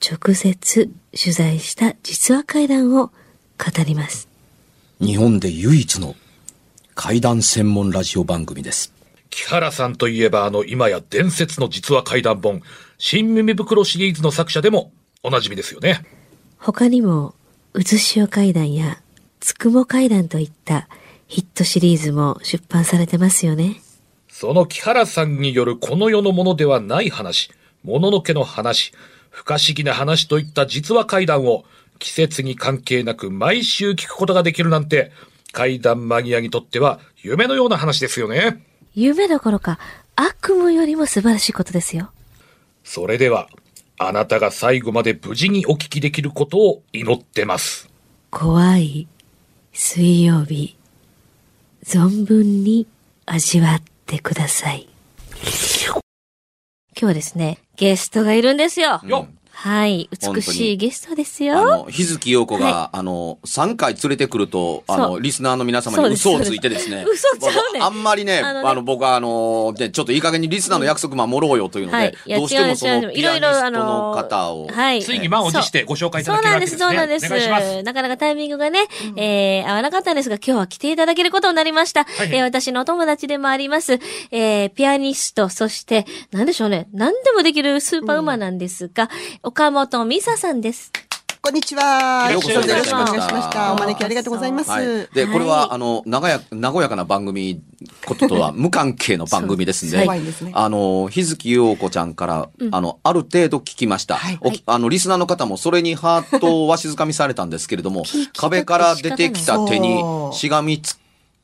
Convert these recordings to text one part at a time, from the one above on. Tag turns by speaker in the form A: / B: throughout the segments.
A: 直接取材した実話怪談を語ります。
B: 日本で唯一の怪談専門ラジオ番組です。
C: 木原さんといえばあの今や伝説の実話怪談本、新耳袋シリーズの作者でもおなじみですよね。
A: 他にも、うずしお怪談やつくも怪談といったヒットシリーズも出版されてますよね。
C: その木原さんによるこの世のものではない話、もののけの話、不可思議な話といった実話怪談を季節に関係なく毎週聞くことができるなんて、怪談マニアにとっては夢のような話ですよね。
A: 夢どころか悪夢よりも素晴らしいことですよ。
C: それでは、あなたが最後まで無事にお聞きできることを祈ってます。
A: 怖い水曜日、存分に味わってください。今日はですね、ゲストがいるんですよ。
C: よっ
A: はい、
B: 本当
A: 美
B: に
A: しいゲストです
B: あ
A: よ。
B: の、日月陽子が、
A: は
B: あの、3回連れてくると、あ
A: そ
B: の、
A: う
B: リスナーの皆様
A: そう
B: に
A: です
B: 嘘をついてです
A: そ
B: ね。
A: う です嘘ちゃうねん
B: 僕あんまりね、
A: あ
B: あ
A: の
B: の、
A: ね
B: 僕はあの、ねちょっといい加減にリスナーの約束守ろうよというので、
A: はいいや
B: どうして
A: 違う
B: もそ
A: 違う
B: の、
A: い
B: ピ
A: ろ
B: ア
A: いろ
B: ニストの
A: あの
B: 方を、
A: はい。
C: ついに満を持してご紹介いた
A: そ
C: だ
A: う
C: ける
A: な
C: わ
A: ん
C: け
A: で、
C: ですすね。
A: そうなんです。
C: お願いします。
A: なかなかタイミングがね、えー、合わなかったんですが、今日は来ていただけることになりました。
C: い
A: えー私のお友達でもあります、えー、ピアニスト、そして、なんでしょうね、何でもできるスーパーウーマンなんですが、岡本美沙さんです。
D: こんにちは。
C: ようこそいらっしゃいました
D: よろくお願いしました。お招きありがとうございます。
B: はい。で、これ
A: はい
B: は、あの、長や、和やかな番組こととは無関係の番組ですん
D: そう
B: で
D: 怖いですね、
B: あの、日月陽子ちゃんから、あの、ある程度聞きました
D: はい。
B: おきあの、リスナーの方もそれにハートをわしづかみされたんですけれど も
A: 聞い、た
B: 壁から出てきた手に
D: そう
B: しがみつ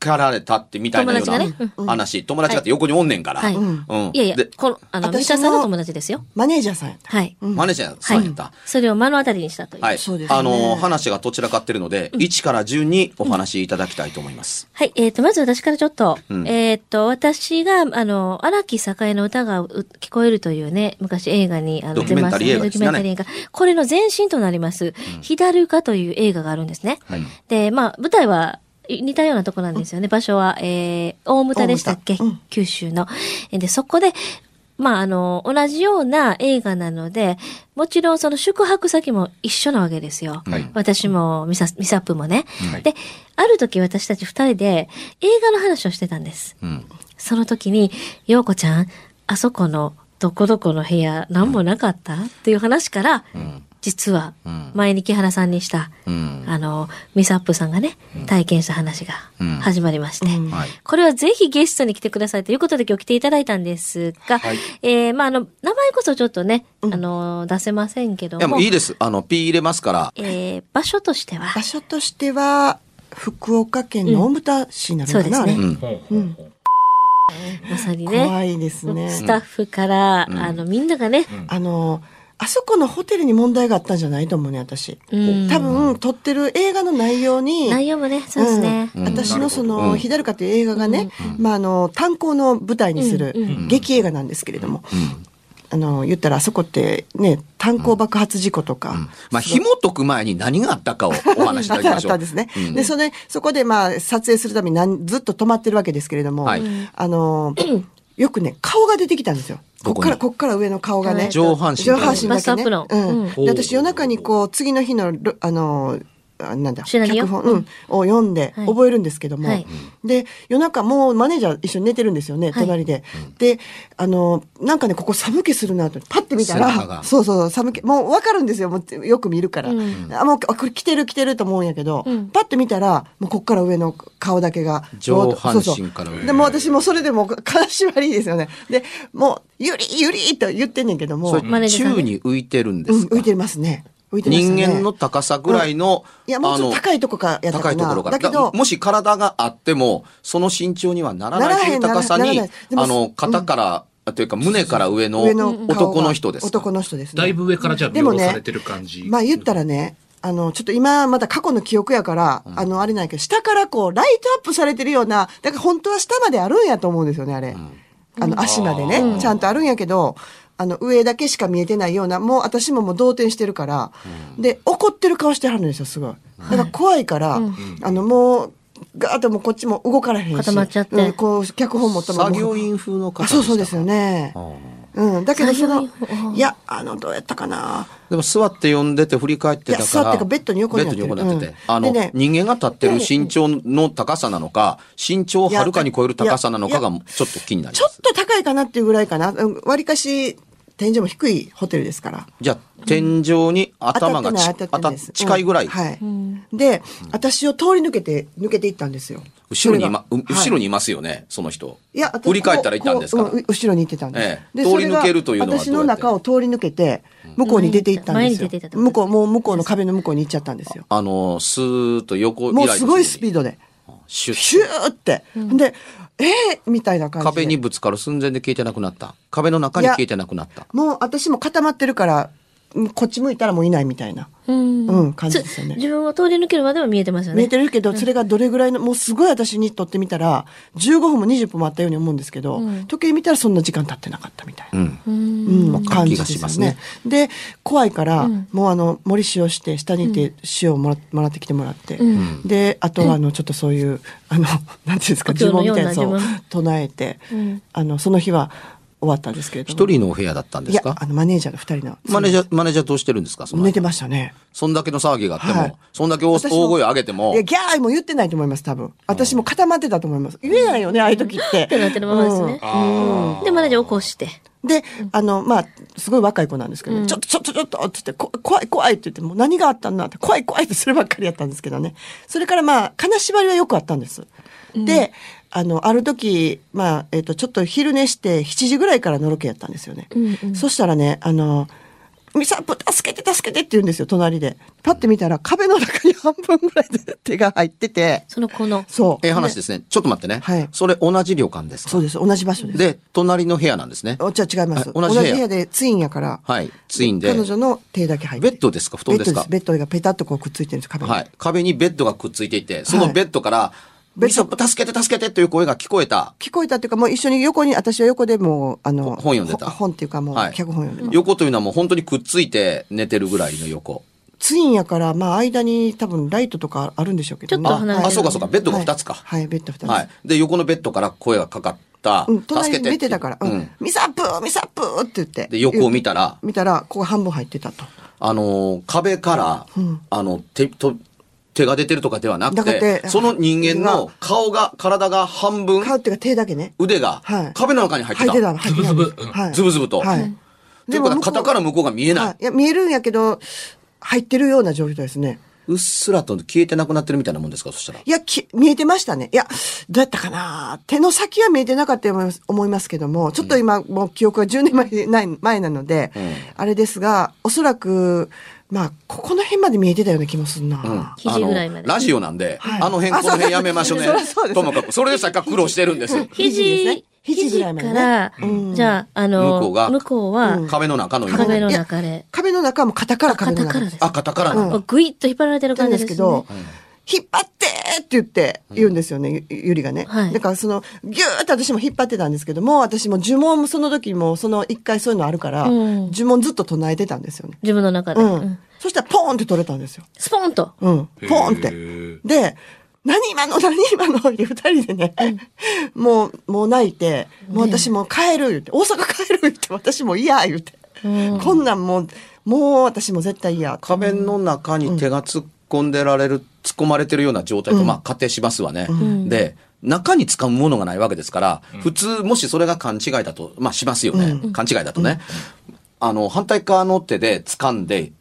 B: かられたってみたいなよう
A: 友達がね
B: な話、友達がって横におんねんから。
A: はい。
B: うん
A: いやいや
B: で、
A: この、あの、
D: 私の
A: 美沙さんの友達ですよ。
D: マネージャーさんやった。
A: はい。
B: マネージャーさんやった。
A: それを目の当たりにしたという。
B: はい。
D: そうですね
B: あの、話がどちらかってるので、1から順にお話しいただきたいと思います。
A: はい、えっ、と、まず私からちょっと、
B: うん
A: えっ、と、私が、あの、荒木栄の歌がう聞こえるというね、昔映画に、あの、
B: ドキュメンタリー映画
A: ド
B: で
A: キ
B: す
A: ュ
B: ね
A: メンタリー映画。これの前身となります、ヒダルカという映画があるんですね。
B: はい。
A: で、まあ、舞台は、い似たようなとこなんですよね。場所は、えー、大牟田でしたっけ、
D: 大牟田うん
A: 九州の。えで、そこで、まあ、あの、同じような映画なので、もちろんその宿泊先も一緒なわけですよ。
B: はい
A: 私も、ミサ、ミサップもね。
B: はい
A: で、ある時私たち二人で映画の話をしてたんです。
B: うん。
A: その時に、ようこちゃん、あそこのどこどこの部屋何もなかった、っていう話から、
B: うん。
A: 実は
B: うん、
A: 前に木原さんにした、
B: うん。
A: あの、ミサップさんがね、体験した話が
B: うん
A: 始まりまして、
D: うん
B: はい。
A: これはぜひゲストに来てくださいということで今日来ていただいたんですが、
B: はい
A: えーまあ、あの、名前こそちょっとね、
D: うん
A: あの、出せませんけど
B: いや、も
A: も、
B: ういいです。あの、ピー入れますから。
A: えー場所としては
D: 場、所としては、福岡県の大牟田市になるのかな、
A: うんそうですね
D: あれ
B: うん。
D: うん
A: まさにね、
D: 怖いですね。
A: スタッフから、
B: うん
A: あの、みんながね、
D: あの、あそこのホテルに問題があったんじゃないと思うね、私。
A: うん
D: 多分、撮ってる映画の内容に、
A: 内容もね、そうですね。
D: うん
B: うん
D: 私のその、
B: うん
D: ヒダルカという映画がね、まあ、あの、炭鉱の舞台にする
A: うん
B: うん
D: 劇映画なんですけれども、
B: うん。
D: あの、言ったらあそこってね、炭鉱爆発事故とか、
B: まあ、紐解く前に何があったかをお話しいただきましょう。
D: あったんですね。
B: うん
D: で、それ、そこでまあ、撮影するためになんずっと止まってるわけですけれども、
B: はい
D: あの ー、よくね、顔が出てきたんですよ。こ
B: ど
D: っ
B: こ
D: か
B: に
D: ら、こっから上の顔が
A: は
D: ね。
A: い
B: 上半身
D: 上半身
A: バ
D: だ
A: スア
D: け
A: ッ
D: ね
A: プの。
D: うん。
A: うん
D: で私夜中にこう、次の日のろ、あのー、あなんだ
A: シナリオ
D: 脚本、うん、を読んで
A: はい
D: 覚えるんですけども、
A: はい
D: で夜中もうマネージャー一緒に寝てるんですよ
A: は
D: ね、
A: い
D: 隣で、であのーなんかねここ寒気するなとパッて見た
B: 背中が
D: らそうそう寒気もう分かるんですよもうよく見るから、
A: うん
D: あもうあこれ来てる来てると思うんやけど、
A: うん
D: パッと見たらもうこっから上の顔だけが
B: 上半
D: そう
B: 身
D: そう
B: から上
D: でもう私もうそれでもう 悲し悪いですよねでもう「ゆりゆり」と言ってんねんけども、う
B: そ
D: ん、
A: マネー
B: れ、
A: ジャーさんね
B: 宙に浮いてるんですか
D: 浮いてますね浮いてます
B: 人
D: ね
B: 間の高さぐらいの、
D: いやもうちょっと高いとこからやった
B: 高
D: かな
B: いところから。
D: だけ
B: だ
D: ど
B: もし体があっても、その身長にはなら
D: な
B: ない
D: ら
B: とい
D: へん
B: う高さ
D: なら
B: に
D: ならへんならへんで、も
B: あの、肩からあというか胸から上の
D: 上の顔が
B: 男の人ですか
D: 男の人ですね。
C: だいぶ上からじゃあ
D: で
C: 見
D: も
C: 下ろ
D: ね
C: されてる感じ。
D: まあ言ったらね、あの、ちょっと今まだ過去の記憶やから、あの、あれなんやけど、下からこう、ライトアップされてるような、だから本当は下まであるんやと思うんですよね、あれ。あの、足までね、ちゃんとあるんやけど、あの、上だけしか見えてないような、もう私ももう動転してるから、で、怒ってる顔してはるんですよ、すごい。だから怖いから、あの、もう、ガーッともうこっちも動からへんし。
A: 固まっちゃって
D: うんこう、脚本持ったまま
B: 作業員風の方で
D: あ
B: した
D: そう
B: か
D: そうですよね。うん。だけど、その
A: 作業員、
D: いや、あの、どうやったかな。
B: でも座って呼んでて振り返ってたから
D: いや座ってかベッドに横になってる
B: ベッドに横になってて
D: うん
B: あの、
D: でね
B: 人間が立ってる身長の高さなのか身長をはるかに超える高さなのかが
D: いや
B: ちょっと気になり
D: ちょ
B: ま
D: っ
B: す
D: と高いかなっていうぐらいかな。わりかし、天井も低いホテルですから。
B: じゃあ天井に頭がち
D: 当たってない当たってないです
B: あた近いぐらい、
D: うんはい。で、私を通り抜けて、抜けていったんですよ。
B: 後ろにい、ま
D: それが
B: 後ろ
D: はい
B: にいますよね、その人
D: いや、私
B: 振り返ったらいたんですか
D: こうこううん後ろに行ってたんです。
B: ええ
D: で
B: 通り
D: それが
B: 抜けるというのはどうやって
D: 私の中を通り抜けて、向こうに出て行ったんです
A: 前に出
D: よ
A: て行ったっ。てこと
D: 向こう、もう向こうの壁の向こうに行っちゃったんですよ。
B: あのスーッと横
D: もうすごいスピー
B: ド
D: ドで。
B: シュッ
D: シューって。で、ええみたいな感じで。
B: 壁にぶつかる寸前で消えてなくなった壁の中に消えてなくなった
D: もう私も固まってるから、うんこっち向いたらもういないみたいな。
A: うん
D: うん感じですよね
A: つ自分を通り抜けるまでは見えてますよね。
D: 見えてるけど、それがどれぐらいの、もうすごい私にとってみたら、15分も20分もあったように思うんですけど、
A: うん
D: 時計見たらそんな時間経ってなかったみたいな。
B: うん
A: うん。
D: うん
B: ん
D: 感じですよね。で、怖いから、もうあの、森塩して、下にいて塩をもらもらってきてもらって、
A: うん
D: で、あとはあの、ちょっとそういう、あの、 なんていうんですか、
A: お
D: 呪
A: 経の
D: 文み
A: よう
D: たい
A: な
D: なやつを
A: 呪文
D: 唱えて、
A: うん
D: あの、その日は終わったんですけれども。
B: 一人のお部屋だったんで
D: い
B: す
D: や、
B: か
D: あの、マネージャーの二人の。
B: マネージャーマネージャーどうしてるんですかその
D: 寝て
B: 間
D: ましたね。
B: そんだけの騒ぎがあっても、
D: はい
B: そんだけ大大
D: 私も
B: 声を上げても
D: いや、ギャーも言ってないと思います、多分。私も固まってたと思います。言えないよね、ああいう時 って。
A: ってなってるままですね。
C: あー
A: で、マネージャー起こして。
D: うんで、あの、まあ、すごい若い子なんですけどね、
A: うん
D: ちょっと、ちょっと、ちょっと、つって、こ怖い、怖いって言って、もう何があったんだって、怖い、怖いってそればっかりやったんですけどね。それからまあ、金縛りはよくあったんです。で、あの、ある時、まあ、えっ、と、ちょっと昼寝して、7時ぐらいからのろけやったんですよね。
A: うんうん
D: そしたらね、あの、ミサップ、助けて、助けてって言うんですよ、隣で。パッて見たら、壁の中に半分ぐらいで手が入ってて、
A: その子の。
D: そう。
B: ええ話ですね。ちょっと待ってね。
D: はい
B: それ同じ旅館ですか
D: そうです。同じ場所です。
B: で、隣の部屋なんですね。
D: お茶違います。
B: あ同
D: 同
B: じ
D: じ
B: 部屋
D: 部屋でツインやから。
B: はい。ツインで。
D: 彼女の手だけ入って
B: ベ
D: る
B: ッドですか布団ですか
D: ベッドベッドがペタッとこうくっついてるんです、壁に。
B: はい。壁にベッドがくっついていて、そのベッドから、
D: ベッド
B: ミサップ助けて助けてという声が聞こえた。
D: 聞こえたっていうか、もう一緒に横に、私は横でもう、あの、
B: ほ本読んでた
D: ほ本っていうかもう、
B: はい
D: 脚本読んでます
B: 横というのはもう本当にくっついて寝てるぐらいの横。
D: ツインやから、まあ間に多分ライトとかあるんでしょうけどね、
A: ちょっと離れて
B: あ、
A: る
B: そうかそうか。ベッドが
D: はい
B: 2つか。
D: はい、ベッド2つ。
B: はい。で、横のベッドから声がかかった。
D: うん、
B: 助
D: 隣
B: け
D: に
B: て。
D: 寝てたから、う
B: うん
D: ん、ミサップミサップって言って。
B: で、横を見たら、
D: 見たら、ここ半分入ってたと。
B: あのー壁から、あの手と手が出てるとかではなく
D: だか
B: て
D: ら手
B: その人間の顔が体が半分
D: 顔っていうか手だけね。
B: 腕が
D: はい
B: 壁の中に入って
D: 入
B: た、
D: ってた、入ってた。
C: ズブズブうん
D: はい
B: ズブズブと
D: はい。
B: ということは肩から向こうが見えない、
D: はい、いや見えるんやけど入ってるような状況ですね
B: うっすらと消えてなくなってるみたいなもんですかそしたら
D: いやき見えてましたねいやどうやったかな手の先は見えてなかったと思います思いますけどもちょっと今、もう記憶が10年前 でない前なので、
B: うん
D: あれですがおそらくまあここの辺まで見えてたような気もするな、
B: うん
A: 肘ぐらいまで
B: あのラジオなんで、
D: はい
B: あの辺こ
D: あ
B: の
D: そう
B: 辺やめましょうね
D: そりゃそうです
B: ともかくそれでさっきから苦労してるんですよ
D: 肘ですね
A: 肘、
D: 肘ぐらいまでね
A: から、
D: うん
A: じゃあ、あの、
B: 向こうが
A: は、
B: 壁の中の横
A: 壁の中で。
D: 壁の中も肩から壁の
A: 肩
D: 中
A: から
D: で
A: です。
B: あ肩からなんだ、
A: もうぐいっと引っ張られてる
D: 言った
A: 感
D: ん
A: じ
D: で
A: ですす
D: け
A: ね
D: ど、引っ張ってって言って言うんですよね、ゆゆりがね。
A: はい
D: だからその、ぎゅーって私も引っ張ってたんですけども、私も呪文もその時も、その一回そういうのあるから、
A: うん
D: 呪文ずっと唱えてたんですよね。
A: 自分の中で。
D: うん。
A: うん
D: そしたらポーンって取れたんですよ。
A: スポンと。
D: うん。ポーンっ
C: へ
D: て。
C: ー
D: で、何今の何今のって二人でね、もう、もう泣いて、もう私もう帰る言って、大阪帰る言って、私もう嫌言って、こんなんもう、もう私も絶対嫌。
B: 壁の中に手が突っ込んでられる、突っ込まれてるような状態と、まあ仮定しますわね。で、中に掴むものがないわけですから、普通、もしそれが勘違いだと、まあしますよね。勘違いだとね。あの、反対側の手で掴んで、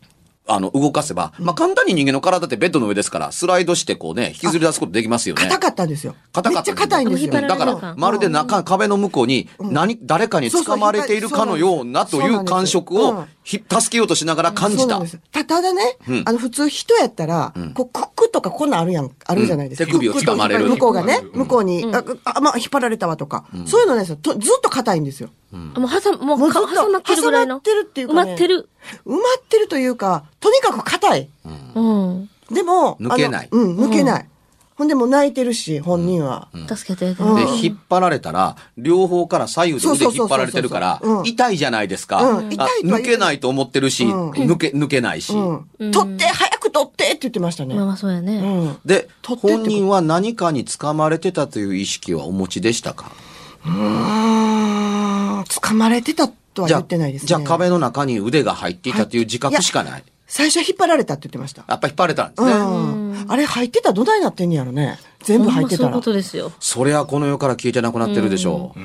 B: あの、動かせば、まあ簡単に人間の体ってベッドの上ですから、スライドしてこうね、引きずり出すことできますよね。
D: 硬かったんですよ。
B: 硬か
D: め
B: っ
D: っち
B: た
D: ゃ硬いんです
A: 引
D: よ。
A: っ張られ
B: だ
A: る
B: から、まるで中、壁の向こうに、何、誰かに
D: そうそう
B: 掴まれているかのようなと
D: そう
B: い
D: そう
B: う感触
D: そうな
B: を
D: んです
B: ひ助けようとしながら感
D: そ
B: じ
D: うな
B: た。
D: んですたただね、
B: うん
D: あの普通人やったら、
B: ん
D: こうクックとかこんなんあるやんあるじゃないですか、
B: うん手首を掴まれる
D: クックと引っ張る向こうがね
C: うん
D: 向こうに、ああまあ引っ張られたわとか、そういうのないですよとずっと硬いんですよ
A: もう挟、も
D: も
A: う
D: うず
A: か
D: っと
A: 挟まってるぐらいの。
D: 挟まってるっていうかね
A: 埋まってる。
D: 埋まってるというかとにかく硬い
A: うん。
D: でも
B: 抜けない
D: あのうん抜けない、ほんでもう泣いてるし本人は、
A: 助けて。
D: うん
B: で、引っ張られたら、両方から左右で腕引っ張られてるから
D: そうそうそうそうう、ん
B: 痛いじゃないですか。
D: うん
B: あ
D: 痛いとは言う
B: 抜けないと思ってるし、
D: うん
B: 抜け、抜けないし。
D: う
A: うん
D: ん、取って早く取ってって言ってましたね、
A: まあまあそうやね。
D: うん
B: で、
D: 取ってってこと
B: 本人は何かに掴まれてたという意識はお持ちでしたか
D: うーん掴まれてたとは
B: じゃ
D: 言
B: あ、
D: ってないですね。
B: じゃあ壁の中に腕が入っていたという自覚しかない。
D: 最初引っ張られたって言ってました。
B: やっぱ引っ張れたんです
D: う
B: ね。
D: ん。あれ入ってたらどないなってんねやろね。全部入ってた
A: ほんまそういうことで
D: ら。
A: すよ。
B: それはこの世から消えてなくなってるでしょう。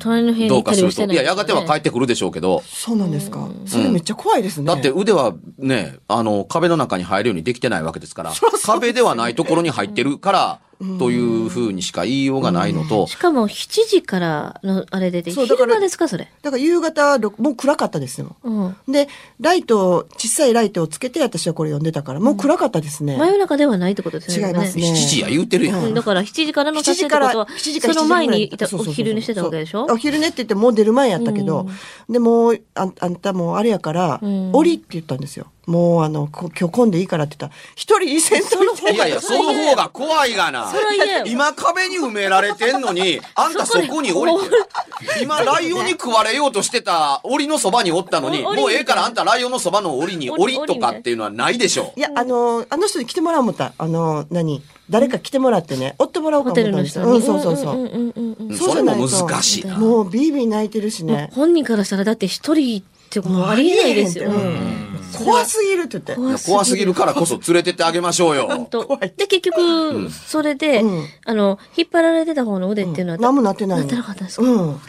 A: 隣の部屋に
B: ど
A: 行
B: う
A: った
B: か
A: り
B: す
A: は
B: る
A: して
B: と。
A: ないいです
B: や、
A: よ
B: や
A: ね。
B: がては帰ってくるでしょうけど。
D: そうなんですか。それめっちゃ怖いですね。
B: だって腕はね、あの、壁の中に入るようにできてないわけですから、壁ではないところに入ってるから、というふうにしか言いようがないのと
A: し、かも7時からのあれでで、
D: そう
A: 昼
D: だから
A: 間ですか、それ。
D: だから夕方ろく、もう暗かったですよ。
A: うん。
D: で、ライトを、小さいライトをつけて私はこれ読んでたから、もう暗かったですね。
A: 真夜中ではないってことですね。
D: 違います
A: でも
D: ね
B: 7時や言うてるや
A: うん
B: ん。
A: だから7時からの撮影ってこ
D: 7時から、
A: とは、
D: 7時から
A: その前にいた
D: そう
A: お
D: そうそう
A: 昼寝してたわけでしょ
D: そうお昼寝って言ってもう出る前やったけど、でもうあん、あんたもうあれやから、
A: うん
D: 降りって言ったんですよ。もうあの、こ今日混んでいいからって言ったら、一人いいせんといて
B: いやいや、その方が怖いがな
A: それは嫌よ。
B: 今壁に埋められてんのに、あんたそこに降りてる。今ライオンに食われようとしてた檻のそばにおったのに、
A: お檻
B: もうええからあんたライオンのそばの檻に降りとかっていうのはないでしょ
D: いや、あの、あの人に来てもらおう思った。あの、何誰か来てもらってね、追ってもらおうか
A: ホ
D: 思っ
A: テ
D: た
A: ル
D: ん
A: の
D: です
A: 人
D: よ。
A: に。
D: うん、そうそうそう。
A: んんうんうん
B: う。
D: ん
B: それも難しいな。
D: もうビービー泣いてるしね。
A: 本人からしたらだって一人ってもうありえないですよ。
D: もうありえへんってうん怖すぎるって言って。
B: いや怖すぎるからこそ連れてってあげましょうよ。
A: とで、結局、それで、
D: うん
A: あの、引っ張られてた方の腕っていうのは、
D: 何もなってない
A: な
D: の
A: ってなかったんですか、
D: うん。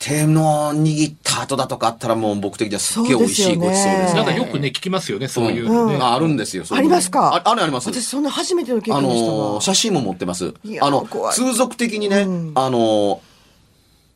B: 手の握った後だとかあったらもう僕的にはすっげえ美味しいごちそうです
D: そ
C: な
D: うんで
C: か
D: す
C: よくね、聞きますよね、そういう
B: う
C: の
B: ん
C: ね。
B: ああるんですよ。そういう
D: ありますか
B: ああれあります。
D: 私そんな初めての経
B: あ
D: 験でした
B: のー
D: わ。
B: 写真も持ってます
D: い。や
B: あの
D: 怖、い
B: 通俗的にね、
D: うん
B: あのー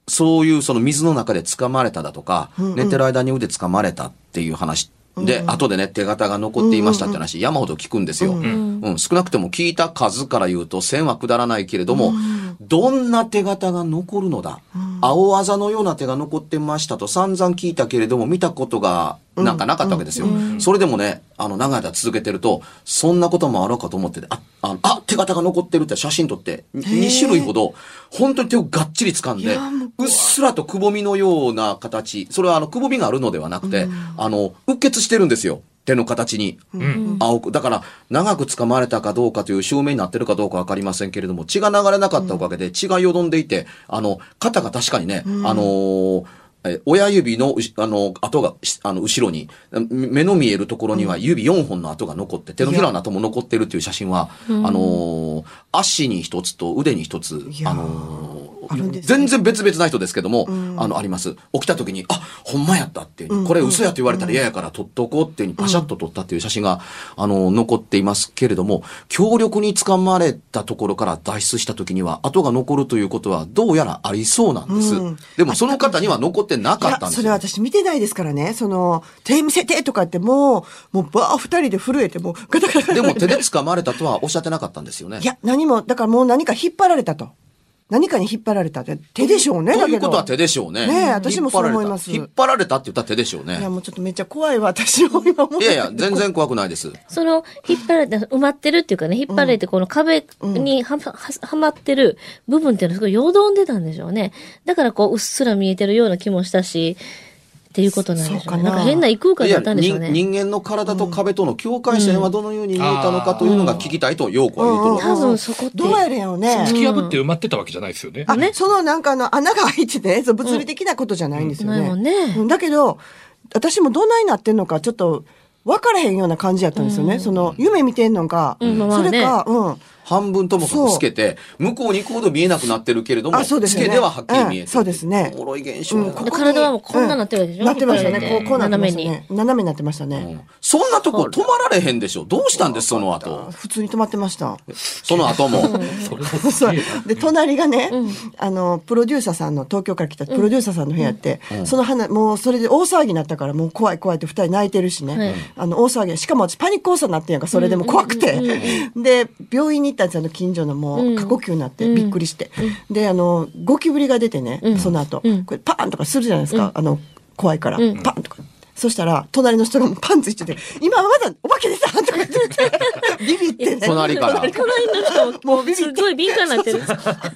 B: そういうその水の中で掴まれただとか、
D: うんうん
B: 寝てる間に腕掴まれたっていう話。で、後でね、手形が残っていましたって話、山ほど聞くんですよ。うん少なくとも聞いた数から言うと、線は下らないけれども、どんな手形が残るのだ、青あざのような手が残ってましたと散々聞いたけれども、見たことがなんかなかったわけですよ。それでもね、あの、長い間続けてると、そんなこともあろうかと思ってて、あ、あのあ手形が残ってるって写真撮って、2種類ほど、本当に手をがっちり掴んで、うっすらとくぼみのような形、それはあの、くぼみがあるのではなくて、あの、うっ血してるんですよ。手の形に。青く。だから、長く掴まれたかどうかという証明になってるかどうかわかりませんけれども、血が流れなかったおかげで血がよどんでいて、あの、肩が確かにね、あのーえ親指のうし、あの、跡がし、あの、後ろに、め目の見えるところには指4本の跡が残って、手のひらの跡も残ってるっていう写真は、あのー足に一つと腕に一つ
D: い、やー
B: あのー
D: あるんですね
B: 全然別々な人ですけども、あの、あります。起きた時に、あ、ほんまやったっていう、これ嘘やと言われたら嫌やから撮っとこうっていうふうにパシャッと撮ったっていう写真が、あの、残っていますけれども、強力に掴まれたところから脱出した時には、跡が残るということは、どうやらありそうなんです。
D: うん
B: でも、その方には残ってないかった
D: や、
B: んで
D: そ
B: す
D: れ
B: よ。
D: 私見てないですからね。その、手見せてとかってもう、もうばー二人で震えて、もうガタガタガタ
B: でも、手で掴まれたとはおっしゃってなかったんですよね。
D: いや、何も、だからもう何か引っ張られたと。何かに引っ張られたって。手でしょうね、
B: と
D: だけ
B: いう
D: ど。
B: ことは手でしょうね。
D: ねえ私もそう思い
B: 引っ張られた
D: ます
B: 引っ張られたって言ったら手でしょうね
D: いや、。もうちょっとめっちゃ怖いわ、私も今思っ
B: い
D: て
B: やいや、全然怖くないです。
A: その、引っ張られて、埋まってるっていうかね、引っ張られて、この壁にはま、ははまってる部分っていうのはすごいよどんでたんでしょうね。だからこう、うっすら見えてるような気もしたし、っていうことなんでし
D: そ
A: ょう
D: うか
A: ね。
D: な
A: なんか変な異空間
B: い
A: だ
B: や
A: ったんでしょうね。
B: 人人間の体と壁との境界線はどのように見えたのかというのが聞きたいと、よう子は言うとる
A: 多分そこって
D: どうやるんやろうね
C: 突。き破って埋まってたわけじゃないですよね。
D: あ、そのなんかあの穴が開いてて、そう物理的なことじゃないんですよね。
A: ないもんね
D: うんだけど、私もどんなになってんのか、ちょっと、分からへんような感じやったんですよね。その、夢見てんのか、
A: うんまあまあ
D: そ
A: ね
D: れか、うん。
B: 半分ともかく透けて、向こうに行くほど見えなくなってるけれども、
D: あそう
B: 透
D: ですよね
B: けでははっきり見えて
D: う
B: る。
D: んそうですね
B: おもろい現象やな
D: うんこ
A: で体はもうこんななってるわけでしょ、
D: なってましたね。
A: こ
D: こ
A: う
D: う、こうなって
A: 斜
D: ま
A: め
D: した
A: に。
D: ね。斜めになってましたね。
B: そんなとこ止まられへんでしょ。どうしたんです、その後。
D: 普通に止まってました。
B: その後も。
C: それもすげえな。
D: で隣がね、あのプロデューサーさんの東京から来たプロデューサーさんの部屋やって、その話もうそれで大騒ぎになったからもう怖い怖いって二人泣いてるしね、
A: はい
D: あの大騒ぎしかも私パニック発作になってんやんかそれでも怖くて、で病院に行ったんですあの近所のもう過呼吸になって、びっくりして、であのゴキブリが出てね、その後、これパーンとかするじゃないですか、あの怖いから、パーンとか。そしたら、隣の人がもうパンツ一丁で、今まだお化け出たとか言 ってて、ビビってね。
B: 隣から
A: 隣の人も
D: もうビビって
A: すごい敏感になって る。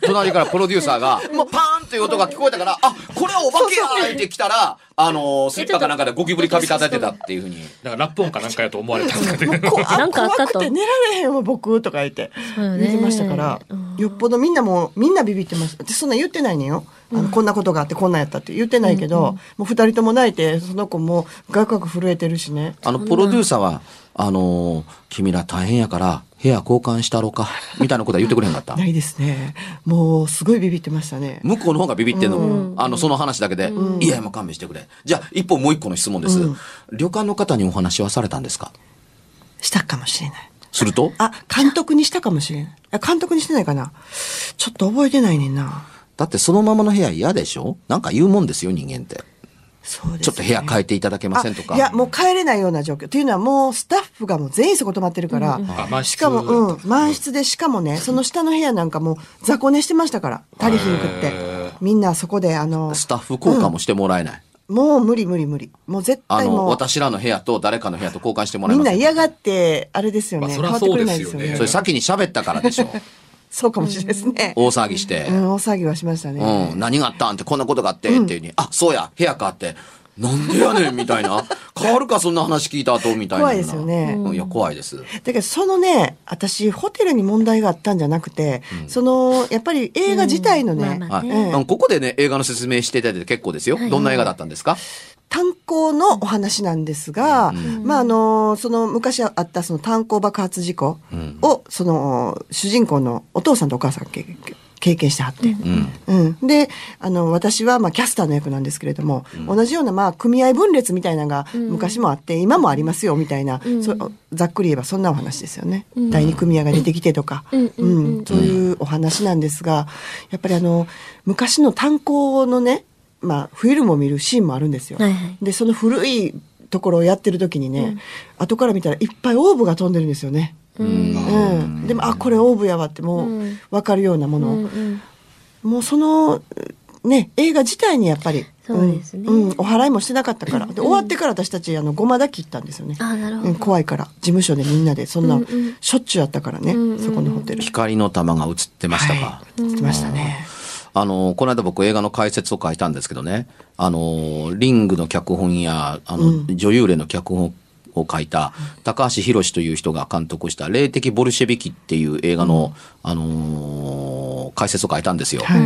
B: 隣からプロデューサーが、もうパーンという音が聞こえたから、あ、これはお化けやって来たら、あの、スリッパかなんかでゴキブリかび立ててたっていうふうに。
C: だからラップ音かなんかやと思われたんだけど。
D: こあ
A: なんかあったと
D: 怖くて寝られへんわ僕とか言って
A: うよね
D: 言ってましたから、よっぽどみんなもうみんなビビってました私そんなん言ってないねんよあの、こんなことがあってこんなんやったって言ってないけど、もう二人とも泣いてその子もガクガク震えてるしね
B: あの、プロデューサーは、あの、君ら大変やから、部屋交換したろ うか、みたいなことは言ってくれへんかった。
D: ないですねもうすごいビビってましたね
B: 向こうの方がビビってんの、あのその話だけで、いやいやもう勘弁してくれじゃあ一方もう一個の質問です、旅館の方にお話はされたんですか
D: したかもしれない
B: すると
D: あ監督にしたかもしれないあ監督にしてないかなちょっと覚えてないねんな
B: だってそのままの部屋嫌でしょなんか言うもんですよ人間って、
D: そうです、ね、
B: ちょっと部屋変えていただけませんとか
D: あいやもう帰れないような状況というのはもうスタッフがもう全員そこ泊まってるから、
C: あ満室
D: しかも、うん、満室でしかもねその下の部屋なんかもう雑魚寝してましたから足りひんくってみんなそこであの
B: スタッフ交換もしてもらえない、
D: もう無理無理無理もう絶
B: あ
D: 対
B: の
D: もう
B: 私らの部屋と誰かの部屋と交換してもら
D: み
B: え
D: ん
B: ま
D: な
B: せん
D: 嫌がってあれですよね、
C: まあそら
D: 変わってくれないですよ
C: そうです
D: ね
C: よ
B: それ先に喋ったからで しょ
D: そうかもしれないですね、
B: 大騒ぎして、
D: う
B: うん
D: ん、大騒ぎはしましたね、
B: 何があったんってこんなことがあってっていうに、あそうや部屋変わってなんでやねんみたいな変わるかそんな話聞いた後みたいな
D: 怖いですよね
B: うんいや怖いです、
D: だけどそのね私ホテルに問題があったんじゃなくて、そのやっぱり映画自体のね、
A: うんまあまあ
B: はい
A: ね
B: あのここでね、映画の説明していただいて結構ですよ。どんな映画だったんですか
D: 炭鉱のお話なんですが、まああのその昔あったその炭鉱爆発事故を、その主人公のお父さんとお母さんが経験経験してはって、
B: うん。
D: うん、であの私はまあキャスターの役なんですけれども、同じようなまあ組合分裂みたいなのが昔もあって、今もありますよみたいな、そざっくり言えばそんなお話ですよね、第二組合が出てきてとか、
A: うんうんうん
D: そういうお話なんですがやっぱりあの昔の炭鉱のね、まあ、フィルムを見るシーンもあるんですよ。
A: はいはい
D: でその古いところをやってる時にね、後から見たらいっぱいオーブが飛んでるんですよね。
A: うん
D: うん、でもあこれオーブやわっても
A: う
D: うん分かるようなも
A: う
D: のを、
A: んうん
D: もうそのね映画自体にやっぱり
A: そうですね
D: うんうんお払いもしてなかったからで終わってから私たちあのごまだき行ったんですよね、
A: あなるほ
D: うん、
A: ど。
D: 怖いから事務所でみんなでそんな
A: うんうん
D: しょっちゅうやったからね、
A: うんうん
D: そこのホテル。
B: 光の玉が映ってましたか、
D: はい、言ってましたね。
B: あの、この間僕映画の解説を書いたんですけどね、あの、リングの脚本や、あの、女優例の脚本を書いた、高橋宏という人が監督した、霊的ボルシェビキっていう映画の、あのー解説を書いたんですよ。
D: はい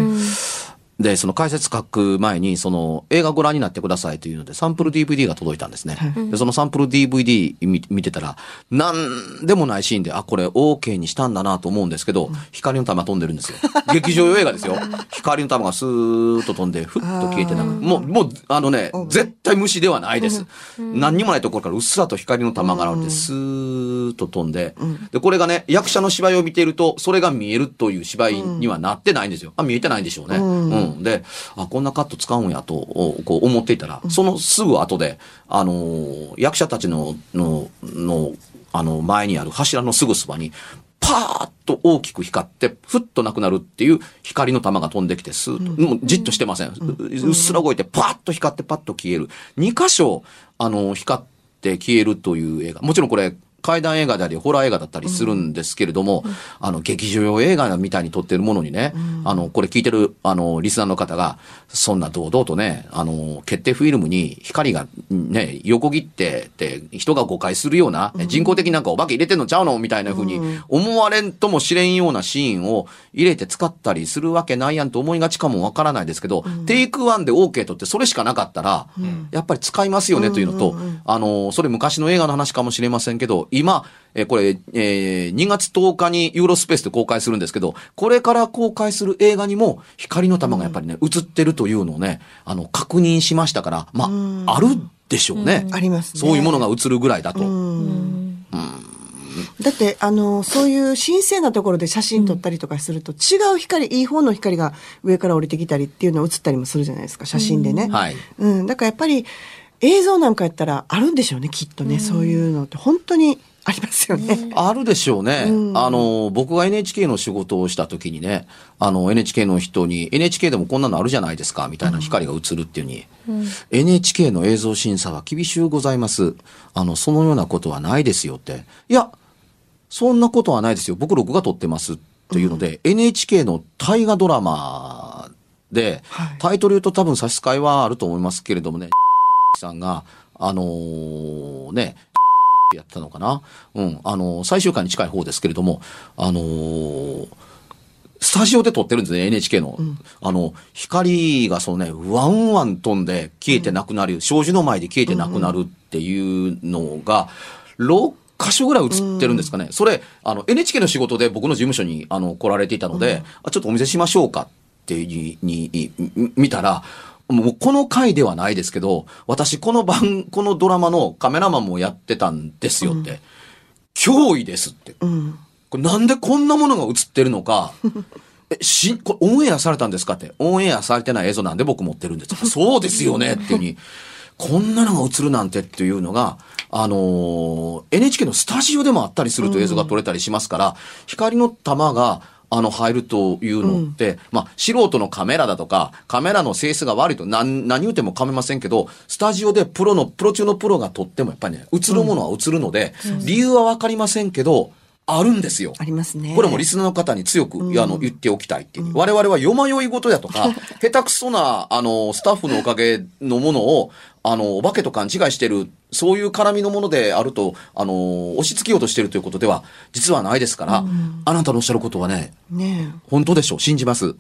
B: で、その解説書く前に、その映画ご覧になってくださいというので、サンプル DVD が届いたんですね。で、そのサンプル DVD 見見てたら、なんでもないシーンで、あ、これ OK にしたんだなと思うんですけど、光の玉飛んでるんですよ。劇場用映画です よ。光の玉がスーッと飛んで、ふっと消えてなくもう、もう、あのね、絶対虫ではないです。何にもないところからうっすらと光の玉が現れて、スーッと飛んで、で、これがね、役者の芝居を見ていると、それが見えるという芝居にはなってないんですよ。あ、見えてないんでしょうね。うん。で、あ、こんなカット使うんやと、おこう思っていたら、そのすぐ後で、あのー役者たちの、の、の、あの、前にある柱のすぐそばに、パーッと大きく光って、ふっとなくなるっていう光の玉が飛んできて、スーッと、もうじっとしてません。ううっすら動いて、パーッと光って、パッと消える。2箇所、あの、光って消えるという映画。もちろんこれ、怪談映画であり、ホラー映画だったりするんですけれども、あの、劇場用映画みたいに撮ってるものにね、あの、これ聞いてる、あの、リスナーの方が、そんな堂々とね、あの、決定フィルムに光がね、横切ってって、人が誤解するような、人工的になんかお化け入れてんのちゃうのみたいな風に思われんともしれんようなシーンを入れて使ったりするわけないやんと思いがちかもわからないですけど、テイク1で OK とってそれしかなかったら、やっぱり使いますよねというのと、あの、それ昔の映画の話かもしれませんけど、今、えーこれ、えー2月10日にユーロスペースで公開するんですけど、これから公開する映画にも光の玉がやっぱりね、映ってるというのをね、あの、確認しましたから、まあ、あるでしょうね。
D: ありますね
B: そういうものが映るぐらいだと。
D: だって、あの、そういう神聖なところで写真撮ったりとかすると、違う光、いい方の光が上から降りてきたりっていうのを写ったりもするじゃないですか、写真でね。
B: はい。
D: うん、だからやっぱり映像なんかやったらあるんでしょうね、きっとね、そういうのって本当にありますよね。
B: あるでしょうね。あの、僕が NHK の仕事をした時にね、あの、NHK の人に、NHK でもこんなのあるじゃないですか、みたいな光が映るっていうに、NHK の映像審査は厳しゅうございます。あの、そのようなことはないですよって。いや、そんなことはないですよ。僕録画撮ってますっていうので、NHK の大河ドラマで、
D: はい
B: タイトル言うと多分差し支えはあると思いますけれどもね、 さんが、あのーね、 やったのかな。うん、あのー最終回に近い方ですけれども、あのースタジオで撮ってるんですね、NHK の。あの、光がそのね、ワンワン飛んで消えてなくなる、障子の前で消えてなくなるっていうのが、6箇所ぐらい映ってるんですかね。それ、あの、NHK の仕事で僕の事務所にあの来られていたので、あちょっとお見せしましょうかってに、に、に見たら、もうこの回ではないですけど、私この番、このドラマのカメラマンもやってたんですよって、脅威ですって。
D: うん。
B: これなんでこんなものが映ってるのか。え、し、これオンエアされたんですかって。オンエアされてない映像なんで僕持ってるんです。そうです よねっていうふうに。こんなのが映るなんてっていうのが、あのー NHK のスタジオでもあったりすると映像が撮れたりしますから、光の玉が、あの、入るというのって、まあ、素人のカメラだとか、カメラの性質が悪いと、なん何言うても構いませんけど、スタジオでプロの、プロ中のプロが撮ってもやっぱりね、映るものは映るので、理由はわかりませんけど、あるんですよ。
D: ありますね。
B: これもリスナーの方に強く、あの言っておきたいっていう、我々はよまよいごとやとか、下手くそなあのスタッフのおかげのものをあのお化けと勘違いしてる、そういう絡みのものであるとあの押し付けようとしてるということでは実はないですから、あなたのおっしゃることはね、
D: ねえ
B: 本当でしょう信じ ます。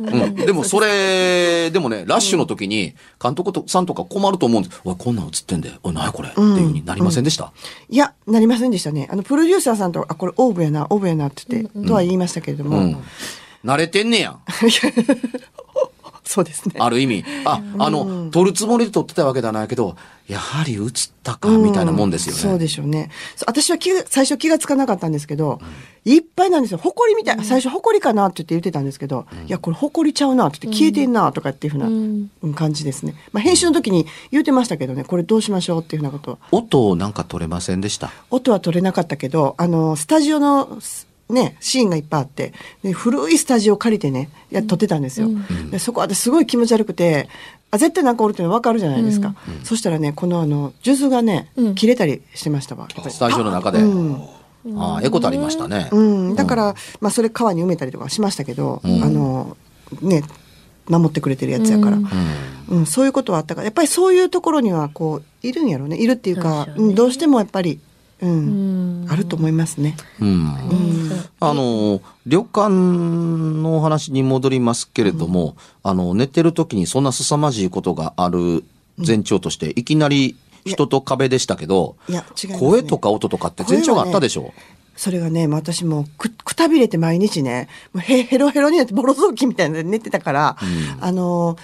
B: うん、でもそれ、でもね、ラッシュの時に、監督とさんとか困ると思うんです。おい、こんなん映ってんで、おい、なやこれ、っていうふうになりませんでした。
D: いや、なりませんでしたね。あの、プロデューサーさんと、あ、これオーブやな、オーブやなって言って、とは言いましたけれども、
B: うん。慣れてんねや。
D: そうですね。
B: ある意味。あ、あの、撮るつもりで撮ってたわけではないけど、やはり映ったか、みたいなもんですよね。
D: そうでしょうね。そう私は気が最初気がつかなかったんですけど、いっぱいなんですよ。埃みたい。最初埃かなって言って言ってたんですけど、いや、これ埃ちゃうなって言って消えてんなとかっていうふうなうん感じですね。まあ編集の時に言ってましたけどね、これどうしましょうっていうふうなことは。
B: 音なんか撮れませんでした。
D: 音は取れなかったけど、あの、スタジオの、すね、シーンがいっぱいあって、で古いスタジオ借りてね、や撮ってたんですよ。でそこ私すごい気持ち悪くて、あ、絶対なんかおるっていうの分かるじゃないですか。そしたらね、このあの、数珠がね、
A: うん
D: 切れたりしてましたわ。やっぱり
B: スタジオの中で。
D: うん
B: ああ、エコとありましたね。
D: うん、だから、まあ、それ川に埋めたりとかしましたけど、あのね守ってくれてるやつやから、うんそういうことはあったからやっぱりそういうところにはこういるんやろうねいるっていう
A: そ
D: か
A: うでしょ
D: う
A: うね
D: ん、どうしてもやっぱり、うん
A: うん
D: あると思いますね。
B: うん。あの、旅館のお話に戻りますけれども、あの、寝てる時にそんな凄まじいことがある前兆として、いきなり人と壁でしたけど、
D: いや違いますね
B: 声とか音とかって前兆があったでしょ
D: それがね、まあ私もくくたびれて毎日ね、もうへヘロヘロになってボロ雑巾みたいなので寝てたから、あのー、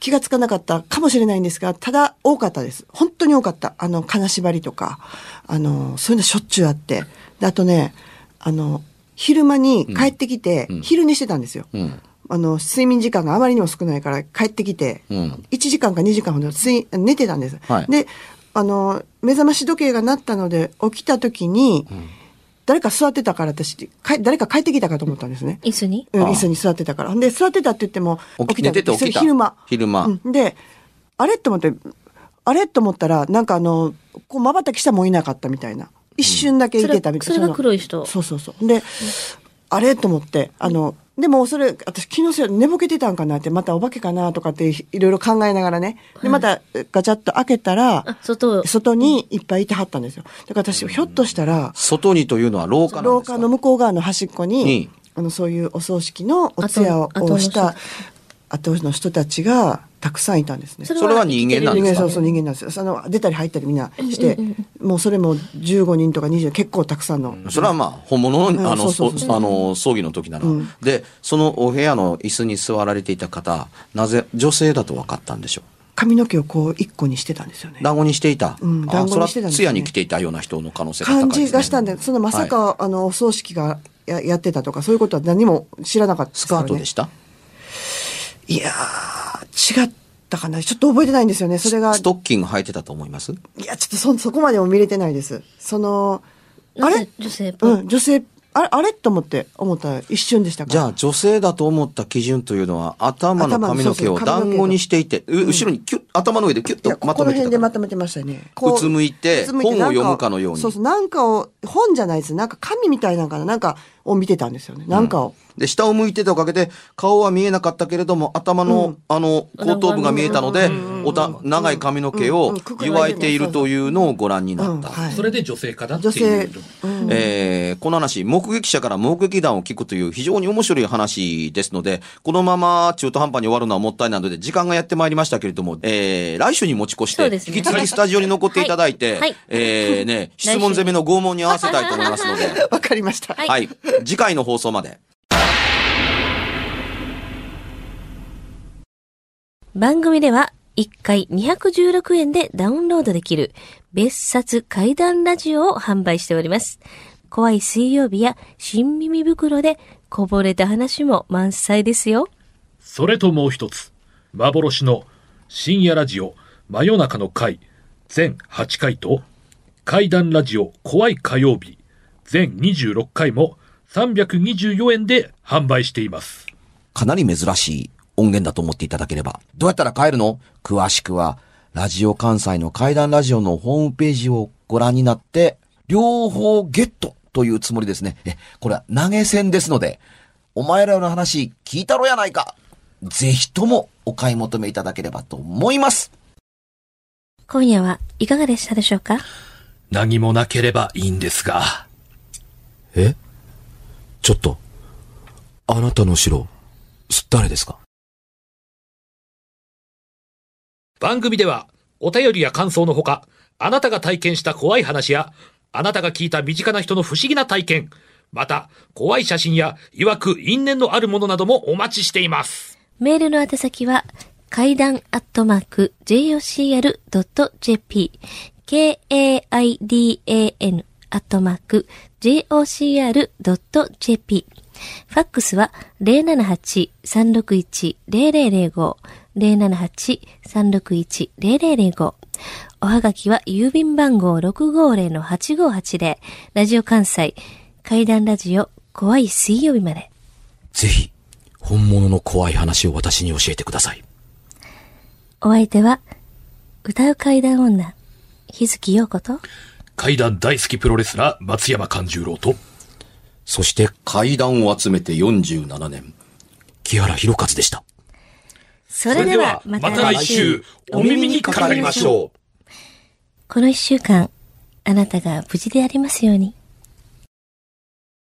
D: 気がつかなかったかもしれないんですが、ただ多かったです。本当に多かった。あの、金縛りとか、あのー、そういうのしょっちゅうあって。で、あとね、あの、昼間に帰ってきて、昼寝してたんですよ。
B: うん
D: あの、睡眠時間があまりにも少ないから帰ってきて、
B: うん
D: 1時間か2時間ほど睡寝てたんです。
B: はい
D: で、あの、目覚まし時計が鳴ったので起きた時に、誰か座ってたから私、かい誰か帰ってきたかと思ったんですね。
A: 椅子に
D: うん
B: ああ
D: 椅子に座ってたから。で、座ってたって言っても、
B: 起き寝てて起きた
D: それ昼間。
B: 昼間
D: うんで、あれと思って、あれと思ったら、なんかあの、こう瞬きしたらもういなかったみたいな。一瞬だけいてたみたいな。
A: それそれが
D: の
A: 黒い人
D: そうそうそう。で、あれと思って、あの、でもそれ、私気のせい、寝ぼけてたんかなって、またお化けかなとかっていろいろ考えながらね。で、またガチャッと開けたら、
A: あ外
D: 外にいっぱいいてはったんですよ。だから私、ひょっとしたら、
B: 外にというのは廊下なん
D: 廊
B: ですか
D: 下の向こう側の端っこに
B: に、
D: あのそういうお葬式のお通夜を
A: 後の
D: した後の人たちがたくさんいたんですね。
B: それは人間なんですか
D: そうそう人間なんですよ。その出たり入ったりみんなして、もうそれも15人とか20結構たくさんの。
B: それはまあ本物
D: うん
B: のあの
D: そう
B: そ
D: そうそう
B: あの葬儀の時なら、でそのお部屋の椅子に座られていた方なぜ女性だと分かったんでしょ
D: 髪の毛をこう一個にしてたんですよね
B: う。団子にしていた、
D: うん
B: あ
D: 団子にしてた
B: それ
D: んですね
B: は通夜に来ていたような人の可能性が高い
D: 感
B: です、ね、
D: じがしたんで、そのまさか、
B: はい
D: あのお葬式がややってたとかそういうことは何も知らなかったです
B: ス
D: か
B: カ
D: ら
B: ー
D: ね。
B: トでした
D: いやー違ったかなちょっと覚えてないんですよね。それが
B: ストッキング履いてたと思います
D: いや、ちょっとそ、そこまでも見れてないです。その、あ
A: な
D: れ
A: んか女性っぽい
D: うん、女性、あれ、あれと思って、思った一瞬でしたから。
B: じゃあ女性だと思った基準というのは頭の髪の毛を
D: 頭のそうそう髪の毛
B: 団
D: が
B: 子にしていてう後ろにキュッ頭の上でキュッ
D: い
B: と
D: や、こ
B: まと
D: この
B: めて
D: 辺
B: た
D: でま
B: か
D: とめてましたね。
B: うつむいて
D: なん
B: 本を読むかのように
D: そうそう、なんかを、本じゃないです。なんか紙みたいなのかな、なんかを見てたんですよね。なんかを。
B: で下を向いてたおかげで顔は見えなかったけれども頭の、あの後頭部が見えたのでおた長い髪の毛
D: うん
B: を
D: うんくくられてます
B: 祝えているというのをご覧に
D: う、
B: なんった。
D: はい。
C: それで女性かなって
D: 女
C: い
D: 性
C: う。、
D: うん
B: えーこの話、目撃者から目撃談を聞くという非常に面白い話ですので、このまま中途半端に終わるのはもったいないので、時間がやってまいりましたけれども、えー来週に持ち越し
A: そ
B: て、
A: うで
B: 引
A: すね
B: き続きスタジオに残っていただいて、
A: はいはい
B: えーね、質問攻めの拷問に合わせたいと思いますので、
D: わかりました。
A: い
B: はい、次回の放送まで。
A: 番組では1回216円でダウンロードできる別冊怪談ラジオを販売しております。怖い水曜日や新耳袋でこぼれた話も満載ですよ。
C: それともう一つ、幻の深夜ラジオ真夜中の会全8回と、怪談ラジオ怖い火曜日全26回も324円で販売しています。
B: かなり珍しい音源だと思っていただければ。どうやったら帰るの詳しくは、ラジオ関西の怪談ラジオのホームページをご覧になって、両方ゲットというつもりですね。え、これは投げ銭ですので、お前らの話聞いたろやないか。ぜひともお買い求めいただければと思います。
A: 今夜はいかがでしたでしょうか
C: 何もなければいいんですが。
E: えちょっと、あなたの後ろ、す誰ですか
C: 番組ではお便りや感想のほか、あなたが体験した怖い話や、あなたが聞いた身近な人の不思議な体験、また怖い写真や曰く因縁のあるものなどもお待ちしています。
A: メールの宛先は、階段アットマーク、jocr.jp、k-a-i-d-a-n アットマーク、jocr.jp。ファックスは、078-361-0005、078-361-0005。おはがきは、郵便番号650-8580、ラジオ関西、階段ラジオ、怖い水曜日まで。
E: ぜひ、本物の怖い話を私に教えてください。
A: お相手は、歌う階段女、日月陽子と、
C: 怪談大好きプロレスラー松山勘十郎と、
E: そして、
B: 階段を集めて47年。
E: 木原博一でした。
A: それではまた来週、
C: お耳にかかりましょう。
A: この一週間、あなたが無事でありますように。